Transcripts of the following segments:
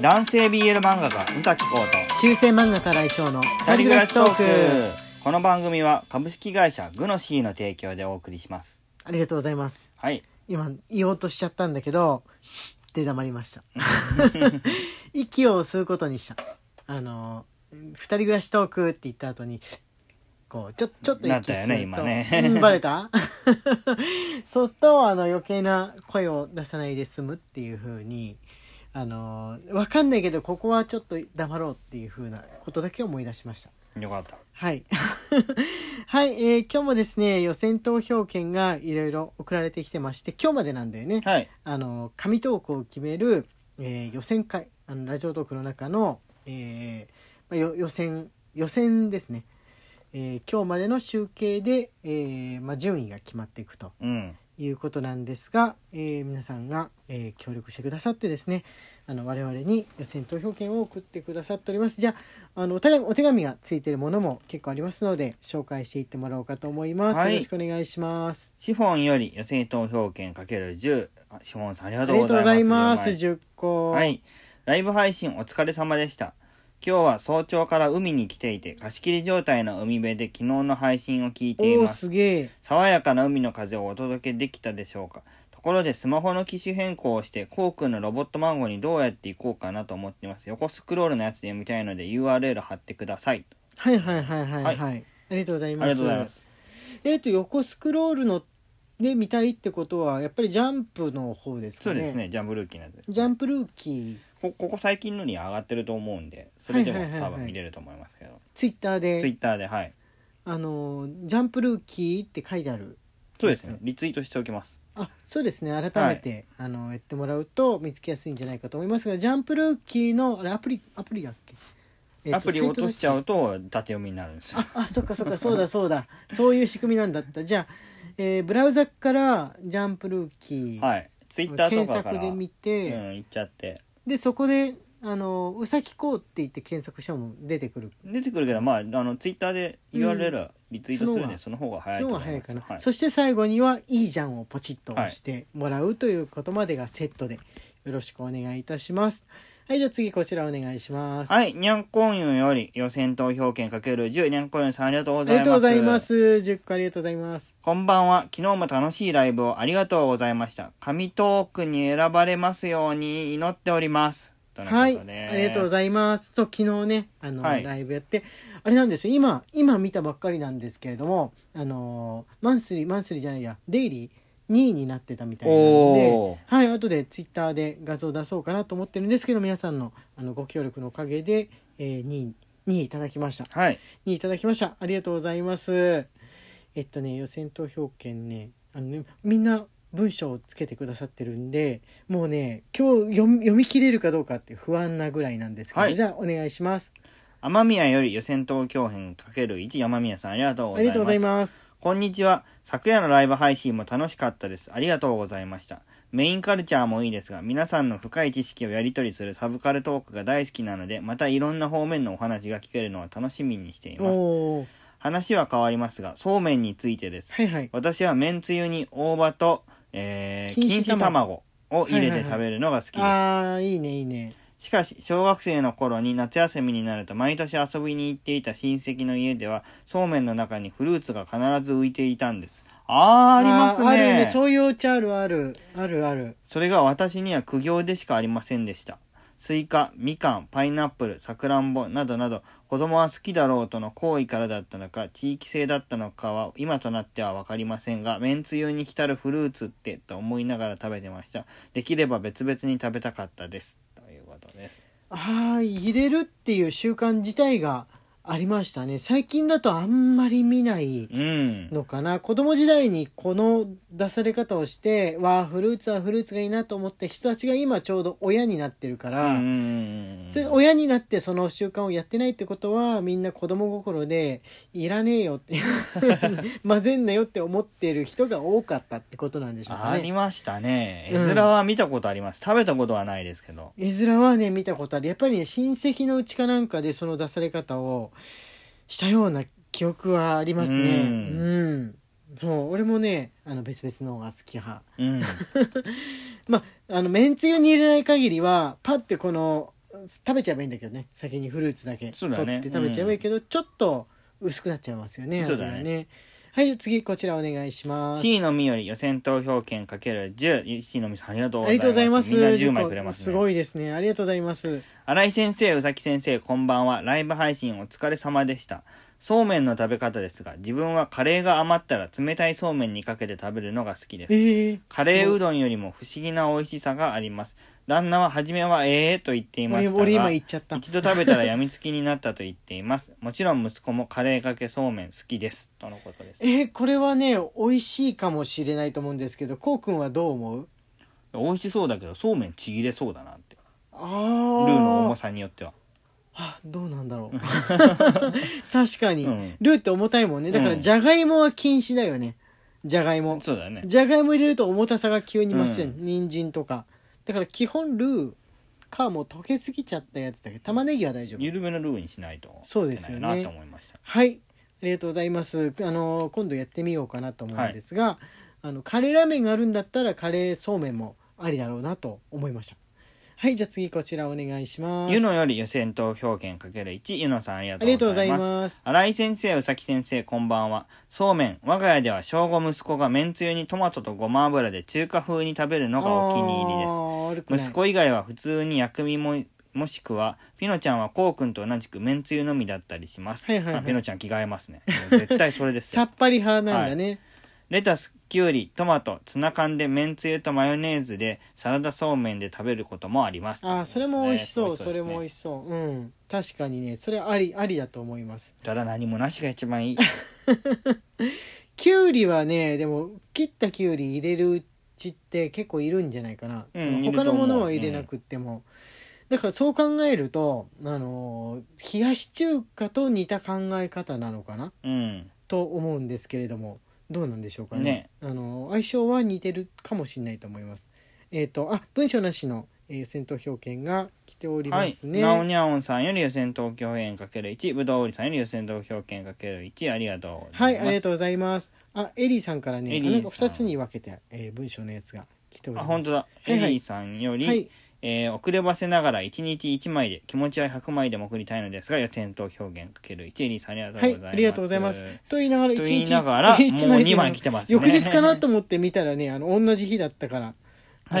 男性 BL 漫画家宇崎浩と中世漫画家来翔の二人暮らしトークこの番組は株式会社グノシーの提供でお送りしますありがとうございますはい今言おうとしちゃったんだけどで黙り ました息を吸うことにしたあの二人暮らしトークって言った後にこうちょちょっと息なっ吸うとたよね今ねうんバレた そっとあの余計な声を出さないで済むっていう風にあのわかんないけどここはちょっと黙ろうっていう風なことだけ思い出しましたよかったはい。 はい、えー今日もですね、予選投票券がいろいろ送られてきてまして、今日までなんだよね。はいあの、紙投稿を決める、えー予選会、あの、ラジオトークの中の、えーまあ、よ予選、予選ですね。えー今日までの集計で、えーまあ、順位が決まっていくとうんいうことなんですが、えー皆さんが、えー協力してくださってですねあの我々に予選投票券を送ってくださっておりますじゃああのお手紙お手紙がついているものも結構ありますので紹介していってもらおうかと思います、はいよろしくお願いしますシフォンより予選投票券かける10あシフォンさんありあがとりうがごとうござざいいまますす10個はい。ライブ配信お疲れ様でした。今日は早朝から海に来ていて、貸し切り状態の海辺で昨日の配信を聞いおていーます。すげえ爽やかな海の風をお届けできたでしょうか。ところでスマホの機種変更をして、コウ君のロボットマンゴーにどうやっていこうかなと思っています。横スクロールのやつで読みたいので URL 貼ってください。はいはいはいはいはい、はありがとうございありまがすとうございます。えっ、と横スクロールので見たいってことはやっぱりジャンプの方ですかそうねですね、ジャンブルーキーのやつですジャンプルーキーこここ最近のに上がってると思うんで、それでもはいはいは多いはい分見れると思いますけど。ツイッターでツイッターで、はい。あのジャンプルーキーって書いてあるそうですね、リツイートしておきます。あそうですね改めて、あのやってもらうと見つけやすいんじゃないかと思いますがジャンプルーキーのあれアプリアプリだっけ、えっとアプリ落としちサイゃうと縦読みになるんですよトだっけあそっかそっかそうだそうだそういう仕組みなんだったじゃあ、えーブラウザからジャンプルーキー、はいツイッターとかか検ら索で見て、うん行っちゃってでそこであのうさきこうって言って検索しても出てくる出てくるけどまああのツイッターで URL リツイートするんうでんその方が早いそと思うはい早いまかすな、はいそして最後には「いいじゃん」をポチッと押してもらうということまでがセットでよろしくお願いいたしますはいじゃあ次こちらお願いします、はいにゃんこんゆんより予選投票権かける10にゃんこんゆんさんありがとうごあざりいがますとうございます10個ありがとうございますこんばんは昨日も楽しいライブをありがとうございました神トークに選ばれますように祈っておりますとのことはいでありがとうございますそう昨日ねあの、はいライブやってあれなんですよ今今見たばっかりなんですけれどもあのマンスリーマンスリーじゃないやデイリー2位になってたみたいなのでおーはい、後でツイッターで画像出そうかなと思ってるんですけど皆さんのあのご協力のおかげで、えー、2位2位いただきましたはい2位いただきましたありがとうございますえっとね予選投票権ねあのねみんな文章をつけてくださってるんでもうね今日読み読み切れるかどうかって不安なぐらいなんですけど、はいじゃあお願いします天宮より予選投票権かける1山宮さんありがとうごあざいりまがとうございすますこんにちは。昨夜のライブ配信も楽しかったです。ありがとうございました。メインカルチャーもいいですが、皆さんの深い知識をやり取りするサブカルトークが大好きなので、またいろんな方面のお話が聞けるのを楽しみにしていおます。おー話は変わりますが、そうめんについてです。はいはい私はめんつゆに大葉と、えー、錦錦糸糸卵を入れて食べるのが好きです。ああいいねいいねしかし、小学生の頃に夏休みになると毎年遊びに行っていた親戚の家では、そうめんの中にフルーツが必ず浮いていたんです。あー、ありますあーあるね。ねそそういうお茶あるあるあるあるれが私には苦行でしかありませんでした。スイカ、みかん、パイナップル、さくらんぼなどなど、子供は好きだろうとの行為からだったのか、地域性だったのかは今となってはわかりませんが、めんつゆに浸るフルーツってと思いながら食べてました。できれば別々に食べたかったです。ということです。ああ入れるっていう習慣自体がありましたね最近だとあんまり見ないうん。のかな子供時代にこの出され方をしてわあフルーツはフルーツがいいなと思った人たちが今ちょうど親になってるから、うんうんうんそれ親になってその習慣をやってないってことはみんな子供心でいらねえよって 混ぜんなよって思ってる人が多かったってことなんでしょうかありね。ましたね。絵うん面は見たことあります。食べたことはないですけど。絵面はね見たことあるやっぱりね親戚のうちかなんかでその出され方をしたような記憶はありますねううんんそう俺もねあの別々の方が好き派 うん。まああのめんつゆに入れない限りはパッてこの食べちゃえばいいんだけどね先にフルーツだけそうだね取って食べちゃえばいいけど、ちょっと薄くなっちゃいますよねそうだね味がはい次こちらお願いします C のみより予選投票券かける10 C のみさんありがとうごあざいりまがすとうございますみんな10枚くれますねすごいですねありがとうございます新井先生、宇崎先生、こんばんは。ライブ配信お疲れ様でした。そうめんの食べ方ですが、自分はカレーが余ったら冷たいそうめんにかけて食べるのが好きです。えー、カレーうどどんよりも不思議な美味しさがあります。旦那は初めはええと言っていました俺今が、言っちゃった一度食べたら病みつきになったと言っています。もちろん息子もカレーかけそうめん好きです。とのことです。えー、これはね美味しいかもしれないと思うんですけどこうくんはどう思う美味しそうだけど、そうめんちぎれそうだなって。あルーの重ーさによっては。あどうなんだ ろう確かに、うんルーって重たいもんねだかうらんじゃがいもは禁止だよねじゃがいもそうだよね。じゃがいも入れると重たさが急に増すよね、う人参とかだから基本ルーかもう溶けすぎちゃったやつだけど玉ねぎは大丈夫緩めのルーにしないと。そうですいよねけないなと思いました。はいありがとうございますあの今度やってみようかなと思うんですが、あのカレーラーメンがあるんだったらカレーそうめんもありだろうなと思いましたはいじゃあ次こちらお願いしますユノより予選投票権かける1ユノさんありがありがととううござございいますます新井先生、うさき先生、こんばんは。そうめん。我が家では正午息子がめんつゆにトマトとごま油で中華風に食べるのがお気に入りです。り息子以外は普通に薬味ももしくはピノちゃんはこうくんと同じくめんつゆのみだったりします、はいはいはいあピノちゃん着替えますねもう絶対それです さよっぱり派なんだね、レタスきゅうりトマトツナ缶でめんつゆとマヨネーズでサラダそうめんで食べることもありますあーそれも美味しそう、ねそれもですね美味しそううん確かにねそれありありだと思いますただ何もなしが一番いいきゅうりはねでも切ったきゅうり入れるうちって結構いるんじゃないかな、うんそいるのと他思うのものは入れなくっても、だからそう考えるとあのー冷やし中華と似た考え方なのかな うんと思うんですけれどもどうなんでしょうかねねあのー相性は似てるかもしれないと思いますえっ、とあ文章なしの、えー、戦闘表券が来ておりはまいすね、なおにゃおんさんより予選投票券かける1ぶどうおりさんより予選投票券かける1ありがとうごはざいまい、すありがとうございます。あ、エリーさんからね、エあリーのさん二つに分けて、えー文章のやつが来ておりあます。本当だ、はいはいエリーさんより、はい、えー遅ればせながら1日1枚で気持ちは100枚でも送りたいのですが予選投票券かける1エリーさんありがとうございます、はい、ありがとうございます。と言いながら、と一言い日ながらもう一枚で2枚来てますね翌日かな と思って見たらね、あの同じ日だったから。は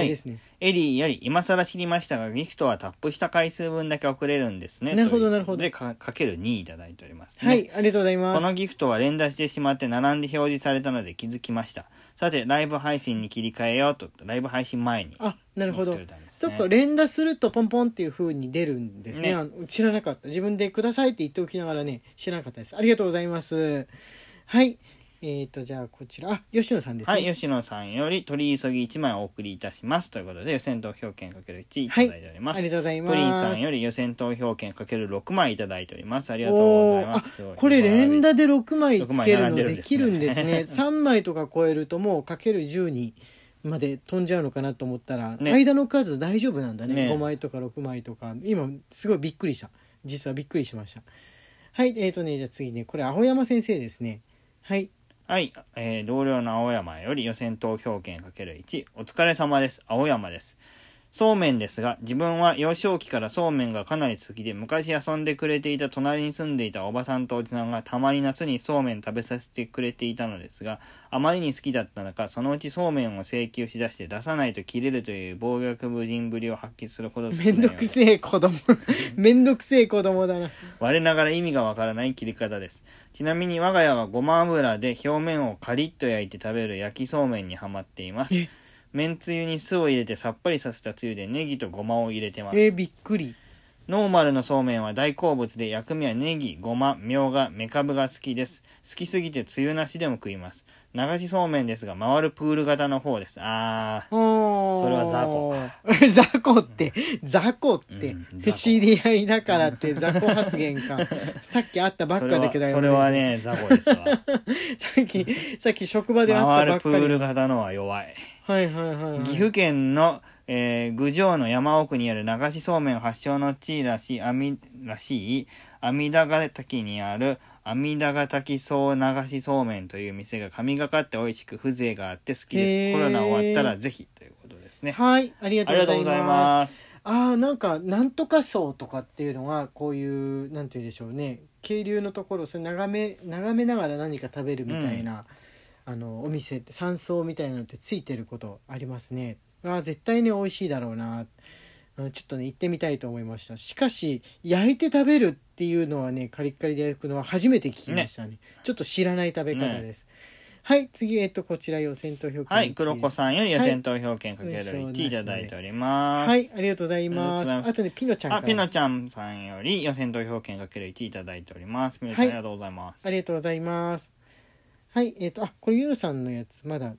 いあれですね。エリーより今更知りましたがギフトはタップした回数分だけ送れるんですねなるほどというなるほどでかかける2いただいております、ね、はい、ありがとうございこます。のギフトは連打してしまって並んで表示されたので気づきましたさてライブ配信に切り替えようとライブ配信前にあ、なるほど言っ。ておいたんですそねっか、連打するとポンポンっていう風に出るんですねねあの知らなかった自分で「ください」って言っておきながらね知らなかったですありがとうございますはいえっ、ー、とじゃあこちらあ吉野さんですねはい、吉野さんより取り急ぎ1枚お送りいたしますということで予選投票券かける1いただいております、ありがとうございまプすリンさんより予選投票券かける6枚いただいておりますありがとうございますすごいこれ連打で6枚六つ枚ける並んのでるんでですきねるんですね3枚とか超えるともうかける10にまで飛んじゃうのかなと思ったら、ね間の数大丈夫なんだねね5枚とか6枚とか今すごいびっくりした実はびっくりしましたはいえーとねじゃあ次ねこれ青山先生ですねはいはい、えー同僚の青山より予選投票券かける1お疲れ様です青山ですそうめんですが自分は幼少期からそうめんがかなり好きで昔遊んでくれていた隣に住んでいたおばさんとおじさんがたまに夏にそうめん食べさせてくれていたのですがあまりに好きだったのかそのうちそうめんを請求しだして出さないと切れるという暴虐無人ぶりを発揮するほど好きめんなどようくですせえ 子供めんどくせえ子供だな我ながら意味がわからない切り方ですちなみに我が家はごま油で表面をカリッと焼いて食べる焼きそうめんにはまっていますえめんつゆに酢を入れてさっぱりさせたつゆでネギとごまを入れてますえー、びっくりノーマルのそうめんは大好物で薬味はネギごまみょうがめかぶが好きです好きすぎてつゆなしでも食います流しそうめんですが回るプール型の方ですあーそそれは雑魚 雑魚って雑魚って、うん不知り合いだからって雑魚発 言かさっき会ったばっそかれだはけどそれはね雑魚 ですわさっきさっき職場で会った回ばるっプかーりル型のは弱いはいはいはい、はい、岐阜県の、えー郡上の山奥にある流しそうめん発祥の地らしい阿弥らしい阿弥陀ヶ滝にある阿弥陀ヶ滝そう流しそうめんという店が神がかって美味しく風情があって好きでへすーコロナ終わったらぜひということですですね。はい、ありがあとりがとうござういございます。ます。ああなんかなんとか層とかっていうのはこういうなんて言うんでしょうね渓流のところをそれ眺め眺めながら何か食べるみたいな、あのお店って山荘みたいなのってついてることありますねあー絶対に美味しいだろうなうんちょっとね行ってみたいと思いましたしかし焼いて食べるっていうのはねカリッカリで焼くのは初めて聞きましたねちょっと知らない食べ方です、はい次えっとこちら予選投票権はい、 1黒位子さんより予選投票権かけるはい1いただいております。はい、ありがとうございます。あありがとうございますとね、ピノちゃんからあ、ピノちゃんさんより予選投票権かける1いただいております。ピノちゃん、はいありがとうございますあ。りがとうございます。はい、えっ、と、あ、これユウさんのやつ、まだ。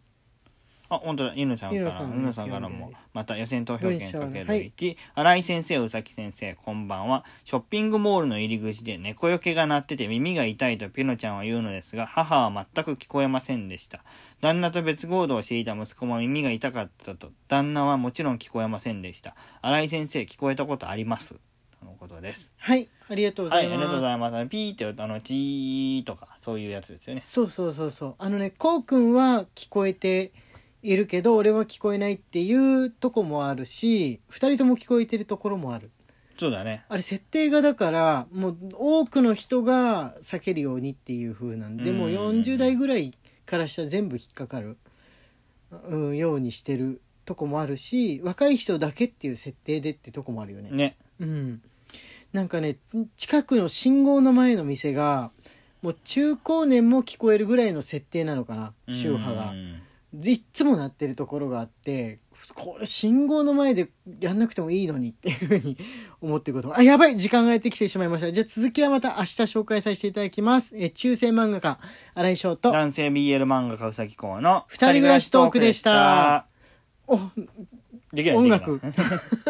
あ、本当だ、ゆのちゃんかゆのら、さんゆのさんから読んもでない、また予選投票権か文け章るのはい1、新井先生、宇崎先生、こんばんは。ショッピングモールの入り口で猫よけが鳴ってて耳が痛いとピノちゃんは言うのですが、母は全く聞こえませんでした。旦那と別行動をしていた息子も耳が痛かったと、旦那はもちろん聞こえませんでした。新井先生、聞こえたことありますとのことです。はい、ありがとうごはざい、いあまりす。がとうございます。あのピーって音、あの、チーとか、そういうやつですよね。そうそうそうそう、あのね、こうくんは聞こえて。いるけど、俺は聞こえないっていうとこもあるし、二人とも聞こえてるところもある。そうだね。あれ設定がだから、もう多くの人が避けるようにっていう風なんで、もううん40代ぐらいからしたら全部引っかかる、うん、ようにしてるとこもあるし、若い人だけっていう設定でってとこもあるよね。ね。うん、なんかね近くの信号の前の店がもう中高年も聞こえるぐらいの設定なのかな宗派がうんいっつも鳴ってるところがあってこれ信号の前でやんなくてもいいのにっていうふうに 思ってることもあやばい時間がやってきてしまいましたじゃあ続きはまた明日紹介させていただきますえー中世漫画家新井翔と男性 BL 漫画家うさぎこうの二人暮らしトークでした二人暮らしトークでしたおできない音楽できない